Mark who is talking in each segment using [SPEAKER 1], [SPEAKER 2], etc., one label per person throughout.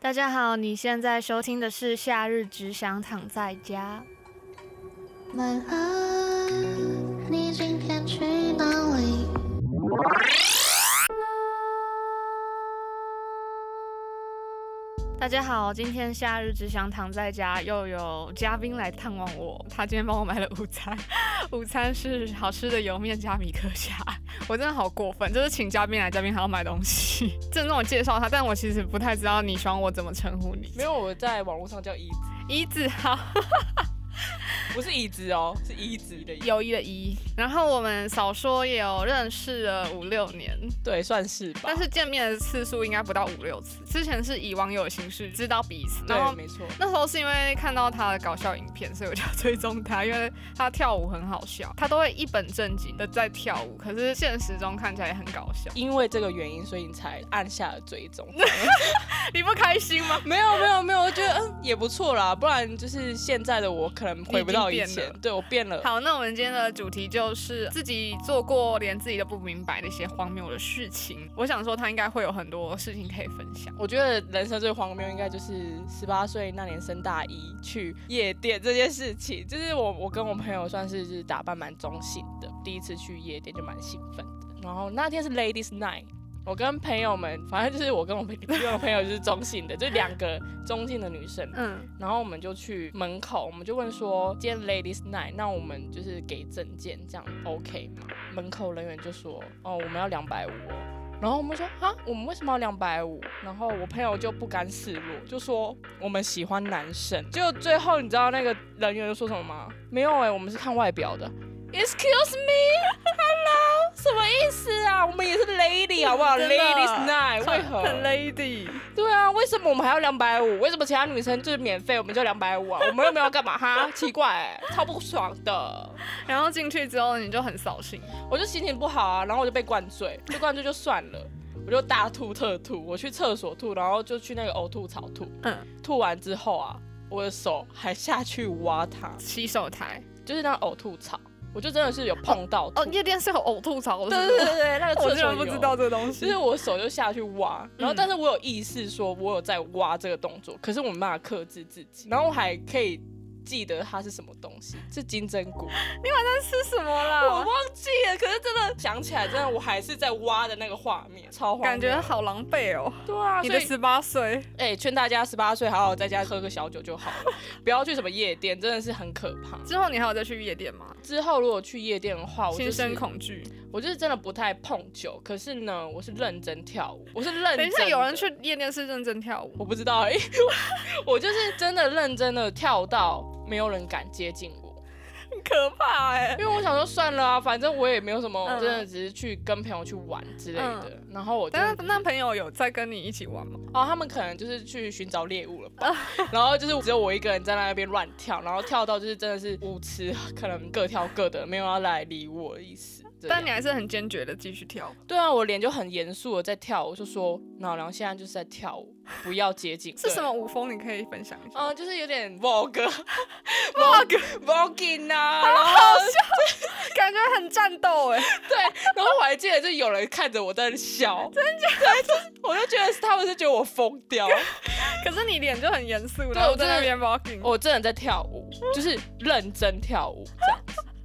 [SPEAKER 1] 大家好，你现在收听的是《夏日只想躺在家》。
[SPEAKER 2] 晚安，你今天去哪里？
[SPEAKER 1] 大家好，今天夏日只想躺在家，又有嘉宾来探望我。他今天帮我买了午餐， 午餐是好吃的油面加米克虾。 我真的好过分，就是请嘉宾来，嘉宾还要买东西。 郑重我介绍他，但我其实不太知道你喜欢我怎么称呼你。
[SPEAKER 3] 没有，我在网络上叫一子，
[SPEAKER 1] 一子好，
[SPEAKER 3] 不是椅子哦，是一子的椅。
[SPEAKER 1] 友谊的谊。然后我们少说也有认识了五六年，
[SPEAKER 3] 对，算是吧。
[SPEAKER 1] 但是见面的次数应该不到五六次。之前是以网友的形式知道彼此，然后
[SPEAKER 3] 对，没错。
[SPEAKER 1] 那时候是因为看到他的搞笑影片，所以我就追踪他，因为他跳舞很好笑，他都会一本正经的在跳舞，可是现实中看起来也很搞 笑。
[SPEAKER 3] 因为这个原因，所以你才按下了追踪。
[SPEAKER 1] 你不开心吗？
[SPEAKER 3] 没有，没有，没有，我觉得嗯也不错啦。不然就是现在的我可能回不到
[SPEAKER 1] 你已
[SPEAKER 3] 以
[SPEAKER 1] 经变
[SPEAKER 3] 前
[SPEAKER 1] 了。
[SPEAKER 3] 对我变了，
[SPEAKER 1] 好，那我们今天的主题就是自己做过连自己都不明白的一些荒谬的事情。我想说他应该会有很多事情可以分享。
[SPEAKER 3] 我觉得人生最荒谬应该就是十八岁那年升大一去夜店这件事情。就是我我跟我朋友算是就是打扮蛮中性的，第一次去夜店就蛮兴奋的。然后那天是 Ladies Night。我跟朋友们，反正就是我跟我朋 跟我朋友就是中性的，就两个中性的女生，
[SPEAKER 1] 嗯，
[SPEAKER 3] 然后我们就去门口，我们就问说，今天 Ladies Night，那我们就是给证件，这样 OK 吗？门口人员就说，哦，我们要两百五。然后我们说啊，我们为什么要两百五？然后我朋友就不甘示弱，就说我们喜欢男生。结果最后你知道那个人员就说什么吗？没有哎、我们是看外表的。Excuse me，Hello，什么意思啊？我们也是 Lady 好不好
[SPEAKER 1] 真的
[SPEAKER 3] ？Ladies Night，为 何？
[SPEAKER 1] 很 lady，
[SPEAKER 3] 对啊，为什么我们还要两百五？为什么其他女生就是免费，我们就两百五啊？我们又没有干嘛 哈？奇怪、欸，超不爽的。
[SPEAKER 1] 然后进去之后你就很扫兴。
[SPEAKER 3] 我就心情不好啊，然后我就被灌醉，被灌醉就算了，我就大吐特吐，我去厕所吐，然后就去那个呕吐槽吐。
[SPEAKER 1] 嗯，
[SPEAKER 3] 吐完之后啊，我的手还下去挖它，
[SPEAKER 1] 洗手台
[SPEAKER 3] 就是那呕吐槽，我就真的是有碰到吐。
[SPEAKER 1] 哦，夜店是有呕吐槽的，
[SPEAKER 3] 哦对对对对对，那个
[SPEAKER 1] 我
[SPEAKER 3] 厕
[SPEAKER 1] 居
[SPEAKER 3] 所
[SPEAKER 1] 然不知
[SPEAKER 3] 有
[SPEAKER 1] 道这个东西。
[SPEAKER 3] 就是我手就下去挖，然后
[SPEAKER 1] 嗯
[SPEAKER 3] 但是我有意识说我有在挖这个动作，可是我没办法克制自己，然后我还可以记得它是什么东西，是金针菇，
[SPEAKER 1] 是什么啦？
[SPEAKER 3] 我忘记了，可是真的想起来，真的我还是在挖的那个画面，超荒
[SPEAKER 1] 感觉
[SPEAKER 3] 谬
[SPEAKER 1] 好狼狈哦。
[SPEAKER 3] 对啊，
[SPEAKER 1] 你
[SPEAKER 3] 所
[SPEAKER 1] 的
[SPEAKER 3] 以
[SPEAKER 1] 十八岁，
[SPEAKER 3] 哎、劝大家十八岁好好在家喝个小酒就好了，不要去什么夜店，真的是很可怕。
[SPEAKER 1] 之后你还有再去夜店吗？
[SPEAKER 3] 之后如果去夜店的话，我就
[SPEAKER 1] 心生
[SPEAKER 3] 是
[SPEAKER 1] 恐惧。
[SPEAKER 3] 我就是真的不太碰酒，可是呢，我是认真跳舞，我是认真。
[SPEAKER 1] 等一下，有人去夜店是认真跳舞，
[SPEAKER 3] 我不知道、欸， 我就是真的认真的跳到没有人敢接近我，
[SPEAKER 1] 很可怕哎、
[SPEAKER 3] 因为我想说算了啊，反正我也没有什么，
[SPEAKER 1] 嗯
[SPEAKER 3] 我真的只是去跟朋友去玩之类的。然后我就
[SPEAKER 1] 但是那朋友有在跟你一起玩吗？
[SPEAKER 3] 哦，他们可能就是去寻找猎物了 吧，然后就是只有我一个人在那边乱跳，然后跳到就是真的是舞池可能各跳各的，没有要来理我的意思。这样
[SPEAKER 1] 但你还是很坚决的继续跳，
[SPEAKER 3] 对啊，我脸就很严肃的在跳舞，我就说老娘现在就是在跳舞，不要接近。
[SPEAKER 1] 是
[SPEAKER 3] 对
[SPEAKER 1] 什么舞风？你可以分享一下。
[SPEAKER 3] 嗯，就是有 点 Vogue Vogue Vogue 啊，然后
[SPEAKER 1] 感觉很战斗哎、
[SPEAKER 3] 对，然后我还记得就有人看着我在笑，真假的？我就觉得是他们是觉得我疯 掉，
[SPEAKER 1] 可是你脸就很严肃，
[SPEAKER 3] 对
[SPEAKER 1] 然后
[SPEAKER 3] 我真
[SPEAKER 1] 在
[SPEAKER 3] 的
[SPEAKER 1] 那边 walking。
[SPEAKER 3] 我真的在跳舞，就是认真跳舞这样。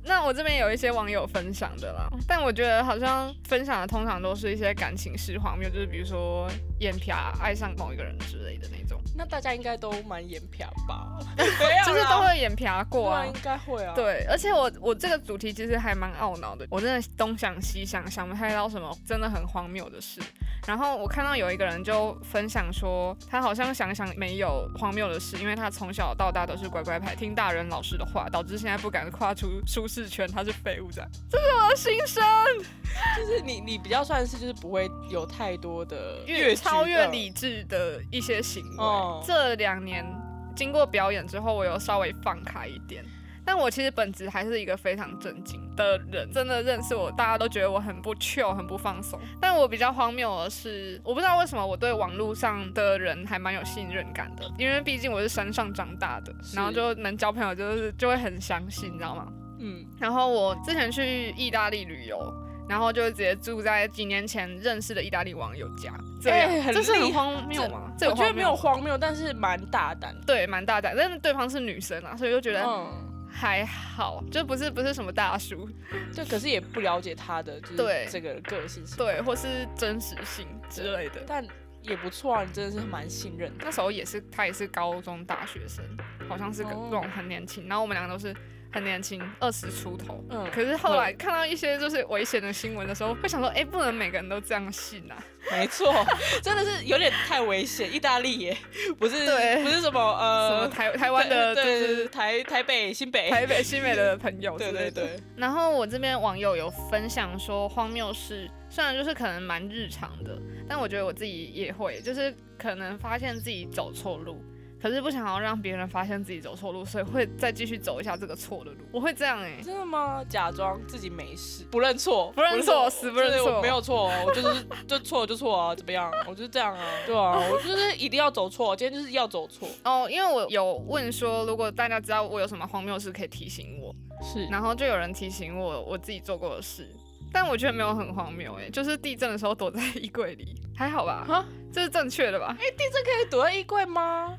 [SPEAKER 1] 那我这边有一些网友分享的啦，但我觉得好像分享的通常都是一些感情式荒谬，就是比如说眼皮啊爱上某一个人之类的那种，
[SPEAKER 3] 那大家应该都蛮眼瓢吧？ 没有啦，
[SPEAKER 1] 就是都会眼皮啊
[SPEAKER 3] 对
[SPEAKER 1] 过
[SPEAKER 3] 啊，
[SPEAKER 1] 啊，
[SPEAKER 3] 应该会啊。，
[SPEAKER 1] 对，而且我我这个主题其实还蛮懊恼的，我真的东想西想，想不太到什么真的很荒谬的事。然后我看到有一个人就分享说，他好像想想没有荒谬的事，因为他从小到大都是乖乖牌，听大人老师的话，导致现在不敢跨出舒适圈，他是废物仔，这是我的心声。
[SPEAKER 3] 就是你你比较算是就是不会有太多的
[SPEAKER 1] 越
[SPEAKER 3] 矩
[SPEAKER 1] 超越
[SPEAKER 3] 的
[SPEAKER 1] 理智的一些行为。
[SPEAKER 3] 哦
[SPEAKER 1] 这两年经过表演之后，我有稍微放开一点。但我其实本质还是一个非常正经的人，真的认识我，大家都觉得我很不 chill，很不放松。但我比较荒谬的是，我不知道为什么我对网络上的人还蛮有信任感的，因为毕竟我是山上长大的，
[SPEAKER 3] 是
[SPEAKER 1] 然后就能交朋友，就是就会很相信，你知道吗？
[SPEAKER 3] 嗯。
[SPEAKER 1] 然后我之前去意大利旅游，然后就直接住在几年前认识的意大利网友家，这样、
[SPEAKER 3] 哎很
[SPEAKER 1] 这是
[SPEAKER 3] 厉
[SPEAKER 1] 很
[SPEAKER 3] 害
[SPEAKER 1] 荒谬吗？这
[SPEAKER 3] 我觉得
[SPEAKER 1] 荒
[SPEAKER 3] 没
[SPEAKER 1] 谬
[SPEAKER 3] 有
[SPEAKER 1] 吗
[SPEAKER 3] 荒谬，但是蛮大胆的。
[SPEAKER 1] 对，蛮大胆，但是对方是女生啊，所以就觉得
[SPEAKER 3] 嗯，
[SPEAKER 1] 还好，就不是不是什么大叔，
[SPEAKER 3] 就可是也不了解他的就是
[SPEAKER 1] 对
[SPEAKER 3] 这个个性是，
[SPEAKER 1] 对，或是真实性之类的。
[SPEAKER 3] 但也不错啊，你真的是蛮信任的。
[SPEAKER 1] 那时候也是，他也是高中大学生，好像是个
[SPEAKER 3] 哦
[SPEAKER 1] 那种很年轻，然后我们两个都是很年轻，二十出头。
[SPEAKER 3] 嗯，
[SPEAKER 1] 可是后来看到一些就是危险的新闻的时候，会想说，哎、不能每个人都这样信啊。
[SPEAKER 3] 没错，真的是有点太危险。意大利耶，不是
[SPEAKER 1] 对
[SPEAKER 3] 不是
[SPEAKER 1] 什
[SPEAKER 3] 什么
[SPEAKER 1] 么
[SPEAKER 3] 呃
[SPEAKER 1] 台台湾的，就
[SPEAKER 3] 对对
[SPEAKER 1] 是
[SPEAKER 3] 对台台北新北，
[SPEAKER 1] 台北新美的朋友之
[SPEAKER 3] 对
[SPEAKER 1] 类的，
[SPEAKER 3] 对对，
[SPEAKER 1] 然后我这边网友有分享说，荒谬事虽然就是可能蛮日常的，但我觉得我自己也会，就是可能发现自己走错路，可是不想要让别人发现自己走错路，所以会再继续走一下这个错的路。我会这样哎、
[SPEAKER 3] 真的吗？假装自己没事，不认错，
[SPEAKER 1] 不认错死不认
[SPEAKER 3] 就是我
[SPEAKER 1] 错
[SPEAKER 3] 没有错哦，我就是就错就错啊，怎么样？我就是这样啊，对啊，我就是一定要走错，今天就是要走错，
[SPEAKER 1] 哦，因为我有问说，如果大家知道我有什么荒谬事可以提醒我，
[SPEAKER 3] 是
[SPEAKER 1] 然后就有人提醒我我自己做过的事，但我觉得没有很荒谬哎、就是地震的时候躲在衣柜里，还好吧？
[SPEAKER 3] 啊，
[SPEAKER 1] 这是正确的吧？
[SPEAKER 3] 可以躲在衣柜吗？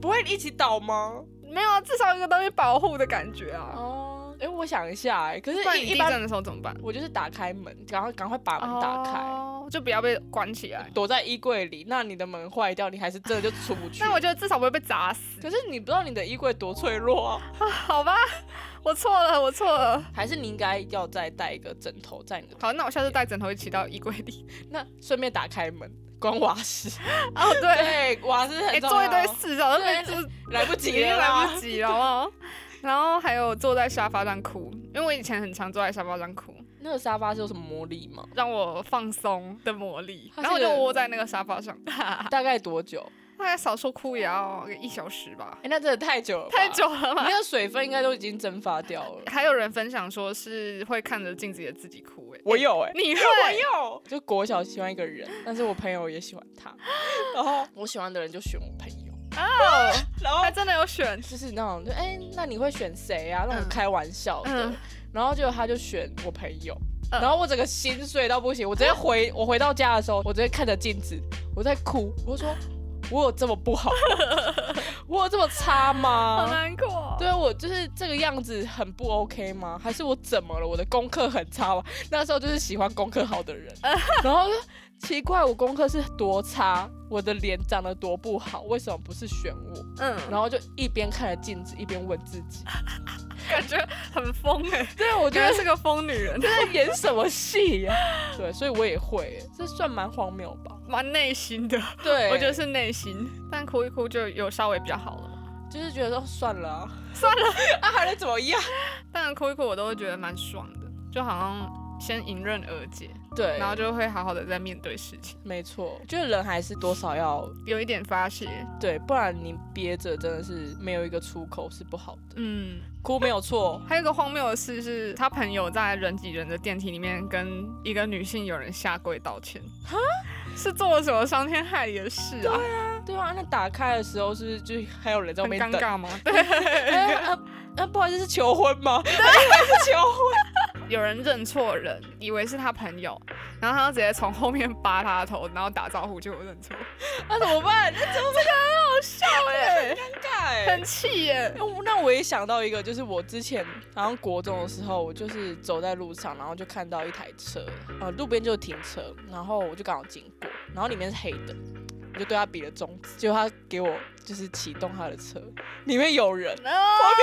[SPEAKER 3] 不会一起倒吗？
[SPEAKER 1] 没有啊，至少有一个东西保护的感觉啊。
[SPEAKER 3] 哦，哎，我想一下，哎，可是
[SPEAKER 1] 不然你
[SPEAKER 3] 一一
[SPEAKER 1] 地
[SPEAKER 3] 般
[SPEAKER 1] 震的时候怎么办？
[SPEAKER 3] 我就是打开门，赶快赶快把门打开。
[SPEAKER 1] 哦，就不要被关起来。
[SPEAKER 3] 躲在衣柜里，那你的门坏掉，你还是真的就出不去。
[SPEAKER 1] 那我觉得至少不会被砸死。
[SPEAKER 3] 可是你不知道你的衣柜多脆弱啊，
[SPEAKER 1] 好吧， 我错了，我错了。
[SPEAKER 3] 还是你应该要再带一个枕头在你的
[SPEAKER 1] 好，那我下次带枕头一起到衣柜 里。
[SPEAKER 3] 那顺便打开门，关瓦斯。
[SPEAKER 1] 哦，对，
[SPEAKER 3] 对，瓦斯
[SPEAKER 1] 哎、
[SPEAKER 3] 很重要。
[SPEAKER 1] 做一堆事，早就被
[SPEAKER 3] 对
[SPEAKER 1] 就是
[SPEAKER 3] 来不
[SPEAKER 1] 已
[SPEAKER 3] 及
[SPEAKER 1] 经
[SPEAKER 3] 了啦，
[SPEAKER 1] 来不及了， 好不好？然后还有坐在沙发上哭，因为我以前很常坐在沙发上哭，
[SPEAKER 3] 那个沙发是有什么魔力吗？
[SPEAKER 1] 让我放松的魔力。
[SPEAKER 3] 它
[SPEAKER 1] 然
[SPEAKER 3] 是
[SPEAKER 1] 后我
[SPEAKER 3] 个
[SPEAKER 1] 就窝在那个沙发上，大
[SPEAKER 3] 大概多久？
[SPEAKER 1] 概少说哭也要一小时吧，
[SPEAKER 3] 哎、那真的太久了，
[SPEAKER 1] 太。久了吧哎
[SPEAKER 3] 你？那个水分应该都已经蒸发掉了。
[SPEAKER 1] 还有人分享说是会看着镜子也自己哭、欸，
[SPEAKER 3] 我有哎、
[SPEAKER 1] 你会？
[SPEAKER 3] 我有。就国小喜欢一 个人，但是我朋友也喜欢他，然后我喜欢的人就选我朋友，
[SPEAKER 1] 哦，
[SPEAKER 3] 然后
[SPEAKER 1] 还真的有选，
[SPEAKER 3] 就是那种就哎、那你会选谁啊？那种
[SPEAKER 1] 嗯
[SPEAKER 3] 开玩笑的，
[SPEAKER 1] 嗯
[SPEAKER 3] 然后就他就选我朋友，
[SPEAKER 1] 嗯
[SPEAKER 3] 然后我整个心碎到不行，我直接回 我回到家的时候，我直接看着镜子，我在哭，我就说我有这么不好吗， 我有这么差
[SPEAKER 1] 好
[SPEAKER 3] 吗？
[SPEAKER 1] 难过。
[SPEAKER 3] 对啊，我就是这个样子很不 OK 吗？还是我怎么了？我的功课很差吗？那时候就是喜欢功课好的 人，然后就奇怪我功课是多差，我的脸长得多不好，为什么不是选我？
[SPEAKER 1] 嗯，
[SPEAKER 3] 然后就一边看着镜子一边问自己，
[SPEAKER 1] 感觉很疯哎、欸，
[SPEAKER 3] 对啊，我
[SPEAKER 1] 我
[SPEAKER 3] 觉
[SPEAKER 1] 觉
[SPEAKER 3] 得
[SPEAKER 1] 得是个疯女人，
[SPEAKER 3] 在演什么戏 呀、对，所以我也会，这算蛮荒谬吧？
[SPEAKER 1] 蛮内心的，
[SPEAKER 3] 对
[SPEAKER 1] 我觉
[SPEAKER 3] 我觉
[SPEAKER 1] 得
[SPEAKER 3] 得
[SPEAKER 1] 是内心，但哭一哭就有稍微比较好了。
[SPEAKER 3] 就是觉得说算了啊、 算了啊，还能怎么样？
[SPEAKER 1] 但哭一哭我都会觉得蛮爽的，就好像先迎刃而解，
[SPEAKER 3] 对，
[SPEAKER 1] 然后就会好好的再面对事情，
[SPEAKER 3] 没错，就是人还是多少要
[SPEAKER 1] 有一点发泄。
[SPEAKER 3] 对，不然你憋着真的是没有一个出口是不好的。
[SPEAKER 1] 嗯，
[SPEAKER 3] 哭没有错，
[SPEAKER 1] 还有一个荒谬的事是，他朋友在人挤人的电梯里面跟一个女性友人下跪道歉，哈，是做了什么伤天害理的事啊？
[SPEAKER 3] 对啊，那打开的时候是不是就还有人在外
[SPEAKER 1] 很
[SPEAKER 3] 面
[SPEAKER 1] 尴
[SPEAKER 3] 等？
[SPEAKER 1] 尬吗？对，
[SPEAKER 3] 哎啊啊，不好意思，是求婚吗？ 对，是求婚。
[SPEAKER 1] 有人认错人，以为是他朋友，然后他就直接从后面扒他的头，然后打招呼，结果认错，
[SPEAKER 3] 那、怎么办？那怎么办？
[SPEAKER 1] 笑哎、
[SPEAKER 3] 尴尬哎、
[SPEAKER 1] 很气耶、
[SPEAKER 3] 那 我那我也想到一个，就是我之前好像国中的时候，我就是走在路上，然后就看到一台车，呃，路边就停车，然后我就刚好经过，然后里面是黑的，我就对他比了中指，结果他给我就是启动他的车，里面有人，
[SPEAKER 1] 啊
[SPEAKER 3] 我不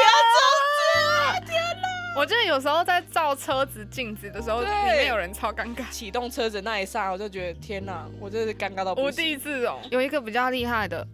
[SPEAKER 3] 要中指，
[SPEAKER 1] 我记得有时候在照车子镜子的时候，里
[SPEAKER 3] 对
[SPEAKER 1] 面有人超尴尬。
[SPEAKER 3] 启动车子那一刹，我就觉得天哪，
[SPEAKER 1] 嗯
[SPEAKER 3] 我真的是尴尬到不
[SPEAKER 1] 无
[SPEAKER 3] 行。
[SPEAKER 1] 地自容。哦有一个比较厉害的，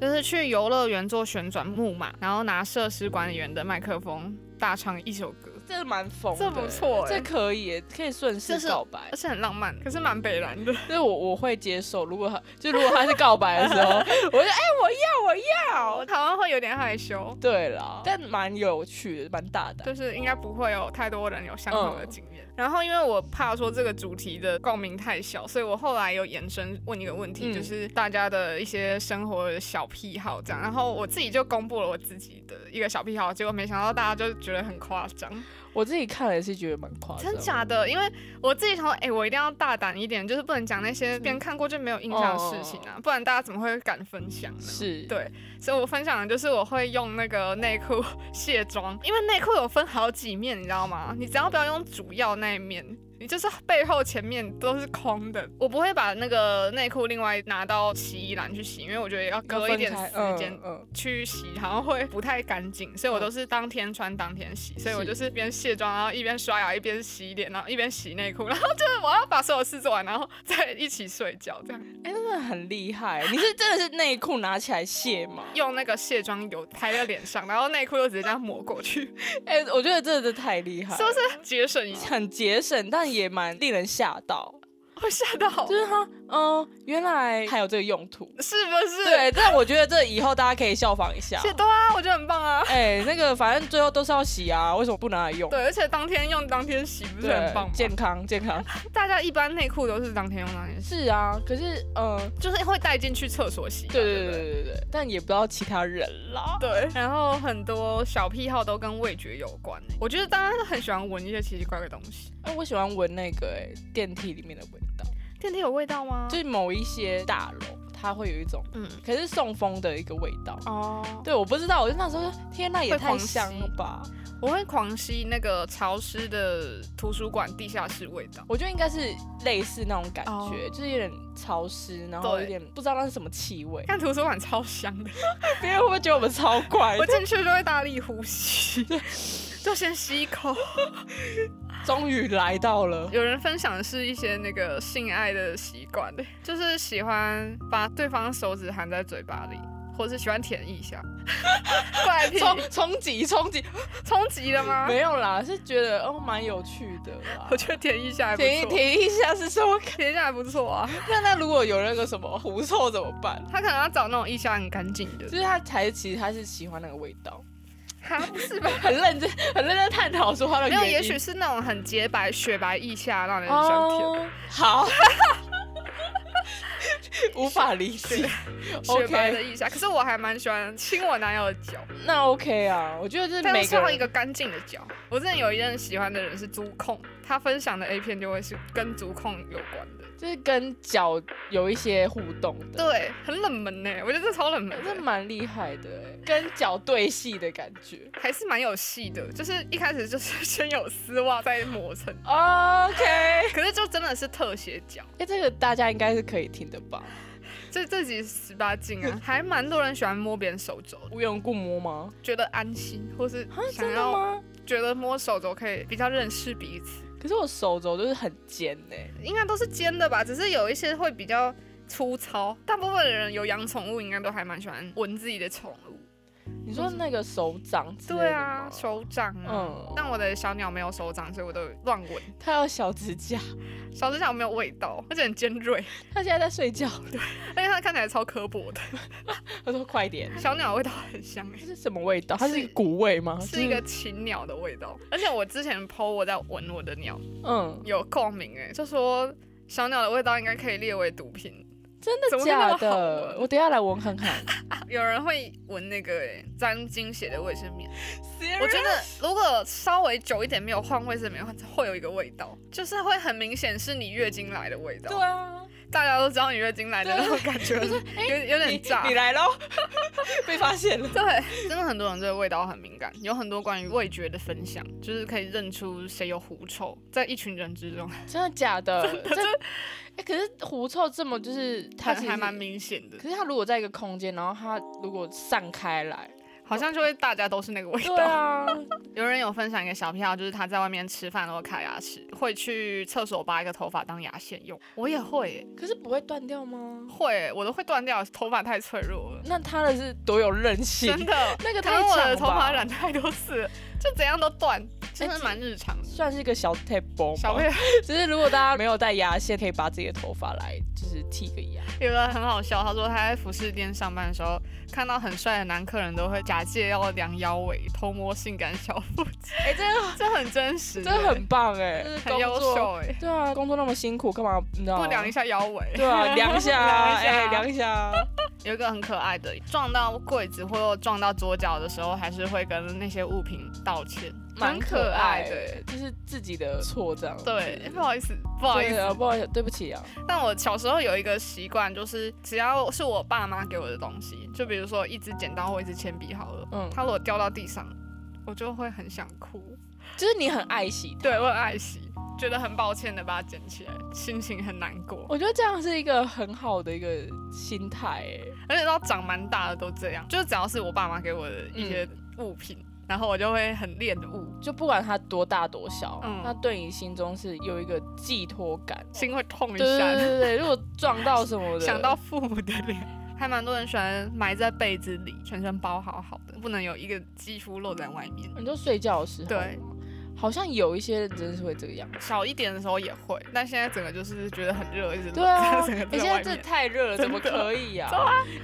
[SPEAKER 1] 就是去游乐园做旋转木马，然后拿设施管理员的麦克风大唱一首歌，
[SPEAKER 3] 这蛮疯的，
[SPEAKER 1] 这不错欸
[SPEAKER 3] 这可以欸，可以顺势
[SPEAKER 1] 这是
[SPEAKER 3] 告白
[SPEAKER 1] 而。且很浪漫，可是蛮北 蓝的。
[SPEAKER 3] 就是我我会接受，如果他就如果他是告白的时 候，我就哎、我要我
[SPEAKER 1] 我台湾会有点害羞，
[SPEAKER 3] 对啦，但蛮有趣的，蛮大胆。
[SPEAKER 1] 就是应该不会有太多人有相同的经验。然后因为我怕说这个主题的共鸣太小，所以我后来有延伸问一个问题，
[SPEAKER 3] 嗯
[SPEAKER 1] 就是大家的一些生活的小癖好这样。然后我自己就公布了我自己的一个小癖好，结果没想到大家就觉得很夸张。
[SPEAKER 3] 我自己看了也是觉得蛮夸张，
[SPEAKER 1] 真假的？因
[SPEAKER 3] 嗯
[SPEAKER 1] 为我自己想说，哎、我一定要大胆一点，就是不能讲那
[SPEAKER 3] 嗯
[SPEAKER 1] 些别人看过就没有印象的事情啊，不然大家怎么会敢分享呢？
[SPEAKER 3] 哦嗯是，
[SPEAKER 1] 对所以我分享的就是我会用那个内
[SPEAKER 3] 哦
[SPEAKER 1] 裤 卸妆，因为内裤有分好几面，你知道吗？你只要不要用主要那一面，你就是背后前面都是空
[SPEAKER 3] 嗯
[SPEAKER 1] 的。我不会把那个内裤另外拿到洗衣篮去洗，因为我觉得要
[SPEAKER 3] 要
[SPEAKER 1] 隔一
[SPEAKER 3] 分
[SPEAKER 1] 点
[SPEAKER 3] 开
[SPEAKER 1] 时间
[SPEAKER 3] 嗯嗯，
[SPEAKER 1] 去洗，好像会不太干净，所以我都是当天穿当天洗，所以我就是边卸妆，然后一边刷牙，一边洗脸，然后一边洗内裤，然 后就是我要把所有事做完，然后再一起睡觉，这样
[SPEAKER 3] 哎、真的很厉害，你是真的是内裤拿起来卸吗？
[SPEAKER 1] 用那个卸妆油拍在脸上，然后内裤又直接这样抹过去，
[SPEAKER 3] 哎、我觉得真的是太厉害了，
[SPEAKER 1] 是不是节省一下？
[SPEAKER 3] 很节省，但也蛮令人吓到，
[SPEAKER 1] 会吓到，
[SPEAKER 3] 就是它，嗯、原来还有这个用途。
[SPEAKER 1] 是不是？，
[SPEAKER 3] 对，但我觉得这以后大家可以效仿一下。
[SPEAKER 1] 且对啊，我觉得很棒啊。
[SPEAKER 3] 哎、那个反正最后都是要洗啊，为什么不拿来用？
[SPEAKER 1] 对，而且当天用当天洗，不是很棒吗？
[SPEAKER 3] 健康健康。
[SPEAKER 1] 大家一般内裤都是当天用当天洗，
[SPEAKER 3] 是啊，可是嗯、呃
[SPEAKER 1] 就是会带进去厕所洗嘛。
[SPEAKER 3] 对
[SPEAKER 1] 对
[SPEAKER 3] 对对
[SPEAKER 1] 不
[SPEAKER 3] 对对对，但也不知道其他人啦。
[SPEAKER 1] 对，然后很多小癖好都跟味觉有关、欸。我觉得大家很喜欢闻一些奇奇怪怪的东西。
[SPEAKER 3] 哎、我喜欢闻那个、哎电梯里面的味道，
[SPEAKER 1] 电梯有味道吗？
[SPEAKER 3] 就是某一些大楼它会有一种，
[SPEAKER 1] 嗯，
[SPEAKER 3] 可是送风的一个味道。
[SPEAKER 1] 哦，
[SPEAKER 3] 对，我不知道，我就那时候说，天呐，也
[SPEAKER 1] 会
[SPEAKER 3] 太
[SPEAKER 1] 狂吸
[SPEAKER 3] 香了吧！
[SPEAKER 1] 我会狂吸那个潮湿的图书馆地下室味道。
[SPEAKER 3] 我觉得应该是类似那种感觉
[SPEAKER 1] 哦
[SPEAKER 3] 就是有点潮湿，然后
[SPEAKER 1] 对
[SPEAKER 3] 有点不知道那是什么气味。
[SPEAKER 1] 看图书馆超香的，
[SPEAKER 3] 别人会不会觉得我们超怪
[SPEAKER 1] 我？进去就会大力呼吸， 就先吸一口。
[SPEAKER 3] 终于来到了，
[SPEAKER 1] 有人分享的是一些那个性爱的习惯，欸就是喜欢把对方手指含在嘴巴里，或是喜欢舔一下。 怪癖
[SPEAKER 3] 冲冲击冲击，
[SPEAKER 1] 冲击了吗？
[SPEAKER 3] 没有啦，是觉得哦蛮有趣的 啦
[SPEAKER 1] 我。觉得舔一下还不
[SPEAKER 3] 停一
[SPEAKER 1] 错，
[SPEAKER 3] 停一下是什么？
[SPEAKER 1] 舔一下还不错啊。
[SPEAKER 3] 那那如果有那个什么狐臭怎么办？
[SPEAKER 1] 他可能要找那种腋下很干净的
[SPEAKER 3] 就。是他才其实他是喜欢那个味道，
[SPEAKER 1] 哈，不是吧？
[SPEAKER 3] 很认真 很认真探讨说他的
[SPEAKER 1] 没有，
[SPEAKER 3] 原因
[SPEAKER 1] 也许是那种很洁白、雪白腋下，让人很想舔。
[SPEAKER 3] 哦，好， 无法理解。
[SPEAKER 1] 雪白
[SPEAKER 3] OK，
[SPEAKER 1] 的腋下，可是我还蛮喜欢亲我男友的脚，
[SPEAKER 3] 那 OK 啊，我觉得这
[SPEAKER 1] 但
[SPEAKER 3] 每
[SPEAKER 1] 是
[SPEAKER 3] 个
[SPEAKER 1] 要一
[SPEAKER 3] 人
[SPEAKER 1] 个干净的脚。我之前有一任喜欢的人是足控，他分享的 A 片就会是跟足控有关的，
[SPEAKER 3] 就是跟脚有一些互动的，
[SPEAKER 1] 对，很冷门呢、我觉得这超冷门
[SPEAKER 3] 这
[SPEAKER 1] 的，
[SPEAKER 3] 蛮厉害的欸，跟脚对戏的感觉。
[SPEAKER 1] 还是蛮有戏的。就是一开始就是 先有丝袜，再磨蹭，
[SPEAKER 3] OK，哎、
[SPEAKER 1] 可是就真的是特写脚。
[SPEAKER 3] 这个大家应该是可以听的吧？
[SPEAKER 1] 这这集十八禁 啊，还蛮多人喜欢摸别人手肘的。
[SPEAKER 3] 无缘无故摸吗？
[SPEAKER 1] 觉得安心，或是
[SPEAKER 3] 啊，
[SPEAKER 1] 想
[SPEAKER 3] 真的
[SPEAKER 1] 要
[SPEAKER 3] 吗？
[SPEAKER 1] 觉得摸手肘可以比较认识彼此，
[SPEAKER 3] 可是我手肘就是很尖欸呢、
[SPEAKER 1] 应该都是尖的吧，只是有一些会比较粗糙。大部分的人有养宠物，应该都还蛮喜欢闻自己的宠物。
[SPEAKER 3] 你说那个手掌之类
[SPEAKER 1] 嗯
[SPEAKER 3] 的
[SPEAKER 1] 对啊
[SPEAKER 3] 吗，
[SPEAKER 1] 手掌啊。
[SPEAKER 3] 嗯，
[SPEAKER 1] 但我的小鸟没有手掌，所以我都乱闻。
[SPEAKER 3] 它有小指甲，
[SPEAKER 1] 小指甲没有味道，而且很尖锐，
[SPEAKER 3] 它现在在睡觉。
[SPEAKER 1] 而且它看起来超刻薄的。
[SPEAKER 3] 他说快点，
[SPEAKER 1] 小鸟的味道很香欸
[SPEAKER 3] 这是什么味道？它是
[SPEAKER 1] 是
[SPEAKER 3] 一啊个谷味吗？
[SPEAKER 1] 是一
[SPEAKER 3] 就
[SPEAKER 1] 个禽鸟的味道。而且我之前 PO 我在闻我的鸟，
[SPEAKER 3] 嗯，
[SPEAKER 1] 有共鸣哎，就说小鸟的味道应该可以列为毒品。
[SPEAKER 3] 真
[SPEAKER 1] 怎么
[SPEAKER 3] 的
[SPEAKER 1] 会那
[SPEAKER 3] 假
[SPEAKER 1] 么好
[SPEAKER 3] 的？
[SPEAKER 1] 闻
[SPEAKER 3] 我等一下来闻看看。
[SPEAKER 1] 有人会闻那个欸沾精血的卫生
[SPEAKER 3] 哦
[SPEAKER 1] 棉， 我
[SPEAKER 3] 我
[SPEAKER 1] 觉得如果稍微久一点没有换卫生棉，会有一个味道，就是会很明显是你月经来的味道。
[SPEAKER 3] 对，啊，
[SPEAKER 1] 大家都知道你月经来的那种感觉，有有点炸
[SPEAKER 3] 你。来 喽，被发现了。
[SPEAKER 1] 对，真的很多人对味道很敏感，有很多关于味觉的分享，就是可以认出谁有狐臭，在一群人之中，
[SPEAKER 3] 真的假的？这哎，可是狐臭这么就是它
[SPEAKER 1] 它
[SPEAKER 3] 其实
[SPEAKER 1] 还蛮，明显的
[SPEAKER 3] 可，是它如果在一个空间，然后它如果散开 来，
[SPEAKER 1] 好像就会大家都是那个味道。
[SPEAKER 3] 对啊，
[SPEAKER 1] 有人有分享一个小癖好，就是他在外面吃饭都会卡牙齿，会去厕所拔一个头发当牙线用。我也会耶，
[SPEAKER 3] 可是不会断掉吗？
[SPEAKER 1] 会耶，我都会断掉，头发太脆弱了，
[SPEAKER 3] 那它的是多有韧性
[SPEAKER 1] 真，的。
[SPEAKER 3] 那个
[SPEAKER 1] 可
[SPEAKER 3] 太
[SPEAKER 1] 能
[SPEAKER 3] 强
[SPEAKER 1] 我
[SPEAKER 3] 了
[SPEAKER 1] 的头发
[SPEAKER 3] 吧
[SPEAKER 1] 染太多次了，就怎样都断，真的蛮日常 的。
[SPEAKER 3] 算是一个小 table，
[SPEAKER 1] 小朋友
[SPEAKER 3] 就是如果大家没有戴牙线，可以把自己的头发来就是剃个 牙。
[SPEAKER 1] 有个很好笑，他说他在服饰店上班的时候，看到很帅的男客人都会假借要量腰围，偷摸性感小腹肌，
[SPEAKER 3] 哎、这个
[SPEAKER 1] 这很真实，
[SPEAKER 3] 真的很棒哎、
[SPEAKER 1] 对
[SPEAKER 3] 这是
[SPEAKER 1] 很优
[SPEAKER 3] 工作
[SPEAKER 1] 秀哎，
[SPEAKER 3] 对啊，工作那么辛苦，干嘛你知道
[SPEAKER 1] 不量一
[SPEAKER 3] 下？
[SPEAKER 1] 下腰围，
[SPEAKER 3] 对啊，量一下，
[SPEAKER 1] 量一下
[SPEAKER 3] 哎、量一下。
[SPEAKER 1] 有一个很可爱的，撞到柜子或撞到桌角的时候，还是会跟那些物品道歉，
[SPEAKER 3] 蛮
[SPEAKER 1] 蛮
[SPEAKER 3] 可
[SPEAKER 1] 爱
[SPEAKER 3] 爱
[SPEAKER 1] 的。
[SPEAKER 3] 就是自己的错这样子。
[SPEAKER 1] 对，哎不好意思，不好意
[SPEAKER 3] 对
[SPEAKER 1] 思，
[SPEAKER 3] 啊，不好意思，对不起啊。
[SPEAKER 1] 但我小时候有一个习惯，就是只要是我爸妈给我的东西，就比如说一支剪刀或一支铅笔好了，
[SPEAKER 3] 嗯
[SPEAKER 1] 它如果掉到地上，我就会很想哭，
[SPEAKER 3] 就是你很爱惜它。
[SPEAKER 1] 对我很爱惜，觉得很抱歉的把它捡起来，心情很难过。
[SPEAKER 3] 我觉得这样是一个很好的一个心态诶。
[SPEAKER 1] 而且到长蛮大的都这样，就是只要是我爸妈给我的一些物品，然后我就会很恋物，
[SPEAKER 3] 就不管它多大多小，
[SPEAKER 1] 嗯
[SPEAKER 3] 它对你心中是有一个寄托感。
[SPEAKER 1] 心会痛一
[SPEAKER 3] 对对
[SPEAKER 1] 下，
[SPEAKER 3] 对对对，如果撞到什么的，
[SPEAKER 1] 想到父母的脸。 还蛮多人喜欢埋在被子里，全身包好好的，不能有一个肌肤露在外面。
[SPEAKER 3] 你就睡觉的时候，
[SPEAKER 1] 对，
[SPEAKER 3] 好像有一些人真是会这个样子。
[SPEAKER 1] 小一点的时候也会，但现在整个就是觉得很热，一直，
[SPEAKER 3] 对啊
[SPEAKER 1] 整个
[SPEAKER 3] 你
[SPEAKER 1] 在
[SPEAKER 3] 现
[SPEAKER 1] 外
[SPEAKER 3] 在这
[SPEAKER 1] 面，
[SPEAKER 3] 太热了，怎么
[SPEAKER 1] 真的
[SPEAKER 3] 可以啊？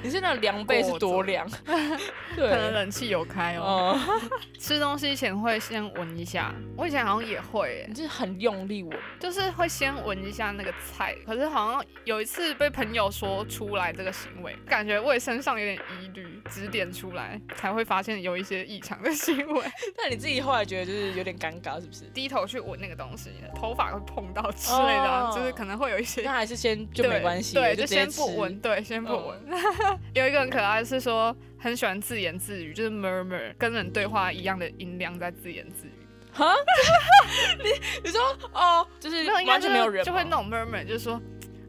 [SPEAKER 3] 你现在凉被是多凉？
[SPEAKER 1] 可能
[SPEAKER 3] 对，
[SPEAKER 1] 冷气有开哦。
[SPEAKER 3] 哦，
[SPEAKER 1] 吃东西前会先闻一下，我以前好像也会耶
[SPEAKER 3] 你，是很用力闻，
[SPEAKER 1] 就是会先闻一下那个菜。可是好像有一次被朋友说出来这个行为，感觉卫生上有点疑虑，指点出来才会发现有一些异常的行为。
[SPEAKER 3] 但你自己后来觉得就是有点尴尬，是不是？
[SPEAKER 1] 低头去闻那个东西，头发会碰到之类的啊
[SPEAKER 3] 哦
[SPEAKER 1] 就是可能会有一些
[SPEAKER 3] 那还是先就没
[SPEAKER 1] 对
[SPEAKER 3] 关系了，
[SPEAKER 1] 对，
[SPEAKER 3] 就
[SPEAKER 1] 就
[SPEAKER 3] 直接
[SPEAKER 1] 先不
[SPEAKER 3] 吃哦
[SPEAKER 1] 闻，。对，先不闻。 有一个很可爱是说，很喜欢自言自语，就是 murmur，跟人对话一样的音量在自言自语，
[SPEAKER 3] 哈， 你你说哦，就是
[SPEAKER 1] 没有，应该
[SPEAKER 3] 完
[SPEAKER 1] 就是
[SPEAKER 3] 全没有人吗，
[SPEAKER 1] 就会那种 murmur，就是说，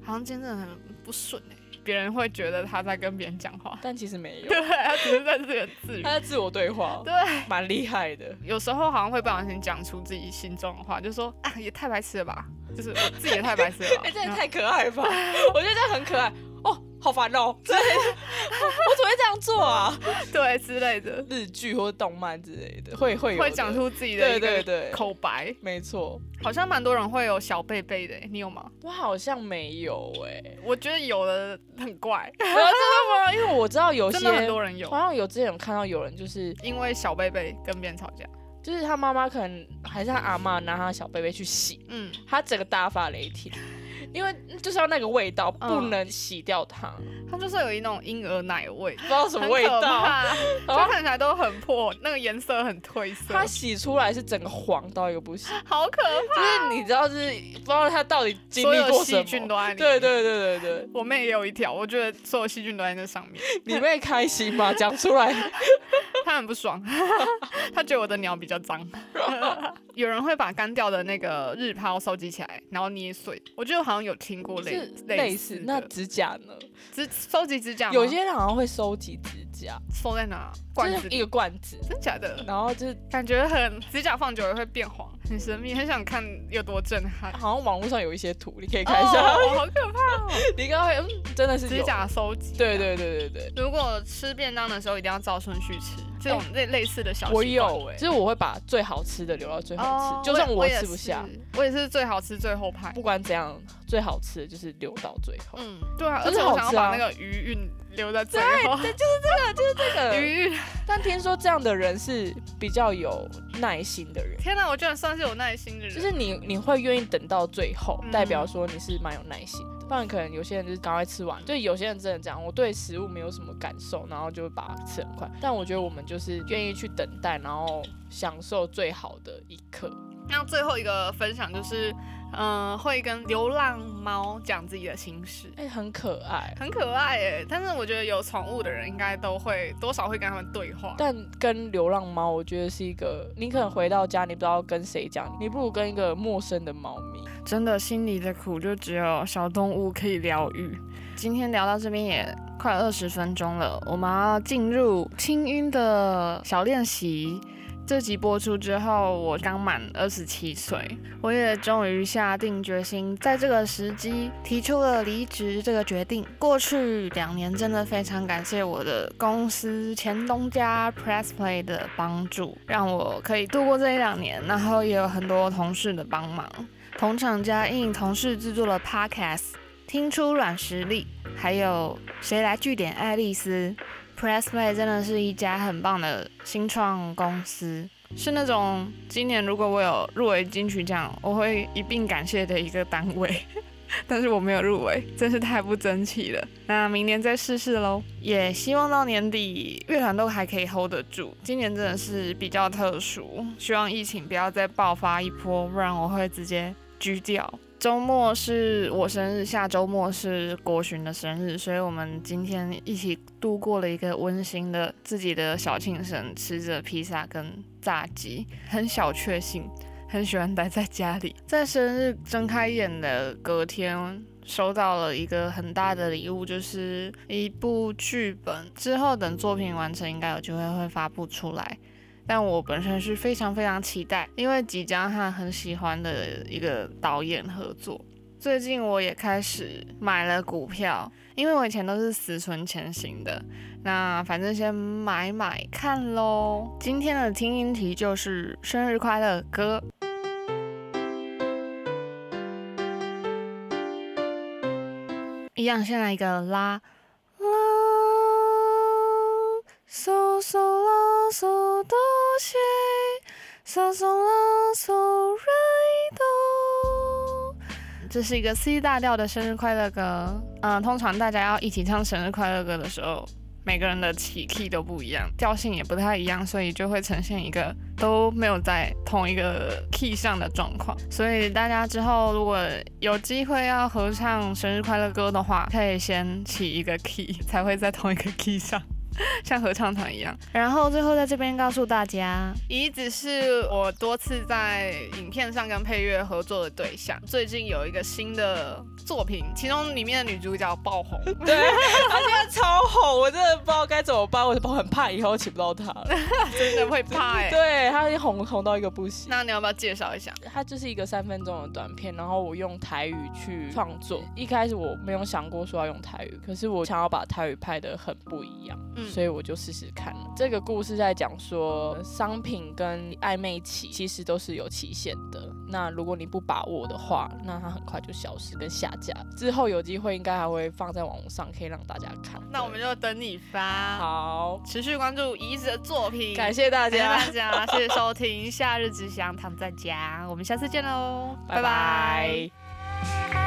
[SPEAKER 1] 好像今天真的很不顺哎、别人会觉得他在跟别人讲话，
[SPEAKER 3] 但其实没有
[SPEAKER 1] 对，，他只是在自言自语
[SPEAKER 3] 他。在自我对话，
[SPEAKER 1] 对，
[SPEAKER 3] 蛮厉害的。
[SPEAKER 1] 有时候好像会不小心讲出自己心中的话，就说啊，也太白痴了吧，就是我自己也太白痴了吧
[SPEAKER 3] 哎、。 这也
[SPEAKER 1] 然后
[SPEAKER 3] 太可爱 了吧！我觉得这样很可爱哦，好烦哦， 之类的。我怎么会这样做啊？
[SPEAKER 1] 对之类的，
[SPEAKER 3] 日剧或动漫之类的，会会有
[SPEAKER 1] 会
[SPEAKER 3] 的
[SPEAKER 1] 讲，出自己的一
[SPEAKER 3] 对对
[SPEAKER 1] 个
[SPEAKER 3] 对
[SPEAKER 1] 口白，
[SPEAKER 3] 没错。
[SPEAKER 1] 好像蛮多人会有小贝贝的欸，你有吗？
[SPEAKER 3] 我好像没有哎、
[SPEAKER 1] 我觉得有的很怪，
[SPEAKER 3] 啊因为我知道有些
[SPEAKER 1] 真的很多人有
[SPEAKER 3] 好，像有之前有看到有人就是
[SPEAKER 1] 因为小贝贝跟别人吵架，
[SPEAKER 3] 就是他妈妈可能还是他阿嬷拿他小贝贝去洗，
[SPEAKER 1] 嗯，
[SPEAKER 3] 他整个大发雷霆，因为就是要那个味道，
[SPEAKER 1] 嗯
[SPEAKER 3] 不能洗掉它，
[SPEAKER 1] 它就是有一种婴儿奶味，
[SPEAKER 3] 不知道什啊么味
[SPEAKER 1] 很可
[SPEAKER 3] 道。
[SPEAKER 1] 怕，就看起来都很破，那个颜色很褪色，
[SPEAKER 3] 它洗出来是整个黄到一个不行，
[SPEAKER 1] 好可怕，
[SPEAKER 3] 就是你知道，就是不知道它到底经
[SPEAKER 1] 所
[SPEAKER 3] 历
[SPEAKER 1] 有
[SPEAKER 3] 过什
[SPEAKER 1] 细菌都
[SPEAKER 3] 么。
[SPEAKER 1] 在里
[SPEAKER 3] 对
[SPEAKER 1] 面。
[SPEAKER 3] 对对对对，
[SPEAKER 1] 我妹也有一条，我觉得所有细菌都在那上面，
[SPEAKER 3] 你妹开心吗？讲出来，
[SPEAKER 1] 她很不爽， 她觉得我的鸟比较 脏。有人会把干掉的那个日抛收集起来，然后捏碎，我觉得好像有听过 类
[SPEAKER 3] 是
[SPEAKER 1] 类
[SPEAKER 3] 类
[SPEAKER 1] 似
[SPEAKER 3] 似
[SPEAKER 1] 的。
[SPEAKER 3] 那指甲呢？
[SPEAKER 1] 指收集指甲吗，
[SPEAKER 3] 有些人好像会收集指甲，
[SPEAKER 1] 收在哪？
[SPEAKER 3] 就
[SPEAKER 1] 罐子
[SPEAKER 3] 是
[SPEAKER 1] 里
[SPEAKER 3] 一个罐子，
[SPEAKER 1] 真假的？
[SPEAKER 3] 然后就是
[SPEAKER 1] 感觉很指甲放久了会变黄，很神秘，很想看有多震撼。
[SPEAKER 3] 好像网络上有一些图，你可以看一下。
[SPEAKER 1] 哦好可怕！
[SPEAKER 3] 你应该会，嗯，真的是有
[SPEAKER 1] 指。甲收集，
[SPEAKER 3] 对。对对对对，
[SPEAKER 1] 如果吃便当的时候一定要照顺序吃，这种类类似的小习惯
[SPEAKER 3] 哎我有哎、就是我会把最好吃的留到最后吃，
[SPEAKER 1] 哦，
[SPEAKER 3] 就算
[SPEAKER 1] 我也
[SPEAKER 3] 吃不下，，
[SPEAKER 1] 我也是我也是最好吃最后排
[SPEAKER 3] 不。管怎样，最好吃的就是留到最后。
[SPEAKER 1] 嗯，对啊，而
[SPEAKER 3] 真
[SPEAKER 1] 且
[SPEAKER 3] 的
[SPEAKER 1] 我
[SPEAKER 3] 好
[SPEAKER 1] 想要
[SPEAKER 3] 吃啊
[SPEAKER 1] 把那个余韵留在最后。
[SPEAKER 3] 这 个，
[SPEAKER 1] 余韵，
[SPEAKER 3] 但听说这样的人是比较有耐心的人，
[SPEAKER 1] 天哪，我居然算是有耐心的人。
[SPEAKER 3] 就是你你会愿意等到最后，
[SPEAKER 1] 嗯
[SPEAKER 3] 代表说你是蛮有耐心的。不然可能有些人就是赶快吃完，就有些人真的这样，我对食物没有什么感受，然后就会把它吃很快。但我觉得我们就是愿意去等待，然后享受最好的一刻。
[SPEAKER 1] 那最后一个分享就是，嗯、会跟流浪猫讲自己的心事，
[SPEAKER 3] 哎、很可爱。
[SPEAKER 1] 很可爱耶。但是我觉得有宠物的人应该都会多少会跟他们对话。
[SPEAKER 3] 但跟流浪猫，我觉得是一个，你可能回到家，你不知道跟谁讲，你不如跟一个陌生的猫咪。
[SPEAKER 1] 真的，心里的苦就只有小动物可以疗愈。
[SPEAKER 4] 今天聊到这边也快二十分钟了，我们要进入清音的小练习。这集播出之后，我刚满二十七岁，我也终于下定决心，在这个时机提出了离职这个决定。过去两年真的非常感谢我的公司前东家 Press Play 的帮助，让我可以度过这一两年，然后也有很多同事的帮忙。同厂家应同事制作了 Podcast。听出软实力，还有谁来据点爱丽丝？Press Play 真的是一家很棒的新创公司，是那 种今年如果我有入围金曲奖，我会一并感谢的一个单位。
[SPEAKER 5] 但是我没有入围，真是太不争气了。那明年再试试喽。
[SPEAKER 1] 也希望到年底乐团都还可以 hold 得住。今年真的是比较特殊，希望疫情不要再爆发一波，不然我会直接狙掉。周末是我生日，下周末是国巡的生日，所以我们今天一起度过了一个温馨的自己的小庆生，吃着披萨跟炸鸡，很小确幸。很喜欢待在家里。在生日睁开眼的隔天，收到了一个很大的礼物，就是一部剧本。之后等作品完成，应该有机会会发布出来。但我本身是非常非常期待，因为即将和很喜欢的一个导演合作。最近我也开始买了股票，因为我以前都是死存前行的。那反正先买买看喽。今天的听音题就是生日快乐歌。一样，先来一个啦啦，嗦嗦啦嗦哆西，嗦嗦啦嗦瑞哆。这是一个 C 大调的生日快乐歌。嗯，通常大家要一起唱生日快乐歌的时候，每个人的起 key 都不一样，调性也不太一样，所以就会呈现一个都没有在同一个 key 上的状况。所以大家之后如果有机会要合唱生日快乐歌的话，可以先起一个 key，才会在同一个 key 上。像合唱团一样，然后最后在这边告诉大家，
[SPEAKER 5] 椅子是我多次在影片上跟配乐合作的对象。最近有一个新的作品，其中里面的女主角爆 红，
[SPEAKER 3] 对，他现在超红，我真的不知道该怎么办，我我很怕以后请不到他了。
[SPEAKER 5] 真的会怕哎、
[SPEAKER 3] 对他已经红红到一个不行。
[SPEAKER 5] 那你要不要介绍一下？
[SPEAKER 3] 它就是一个三分钟的短片，然后我用台语去创作。一开始我没有想过说要用台语，可是我想要把台语拍得很不一样，
[SPEAKER 5] 嗯
[SPEAKER 3] 所以我就试试看了。这个故事在讲说，商品跟暧昧期其实都是有期限的。那如果你不把握的话，那它很快就消失跟下架。之后有机会应该还会放在网络上，可以让大家看。
[SPEAKER 5] 那我们就等你发，
[SPEAKER 3] 好，
[SPEAKER 5] 持续关注椅子的作品。
[SPEAKER 3] 感谢大
[SPEAKER 1] 嗯谢谢
[SPEAKER 3] 家，
[SPEAKER 1] 大家，谢谢收听《夏日只想躺在家》，我们下次见喽，
[SPEAKER 3] 拜
[SPEAKER 1] 拜拜
[SPEAKER 3] 拜